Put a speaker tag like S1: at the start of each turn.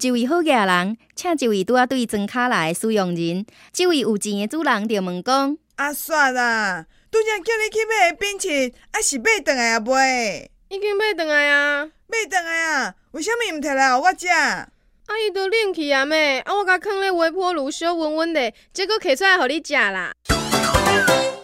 S1: 一位好家人，请一位拄啊对庄卡来的使用人，这位有钱的主人就问讲：
S2: 阿啊煞啦，拄则叫你去买的冰淇淋，啊是买倒来啊袂？
S3: 已经买倒来啊，
S2: 买倒来啊，为什物毋摕来互我食？
S3: 啊伊都冷去啊妹，啊我甲囥咧微波炉小温温的，结果摕出来互你食啦。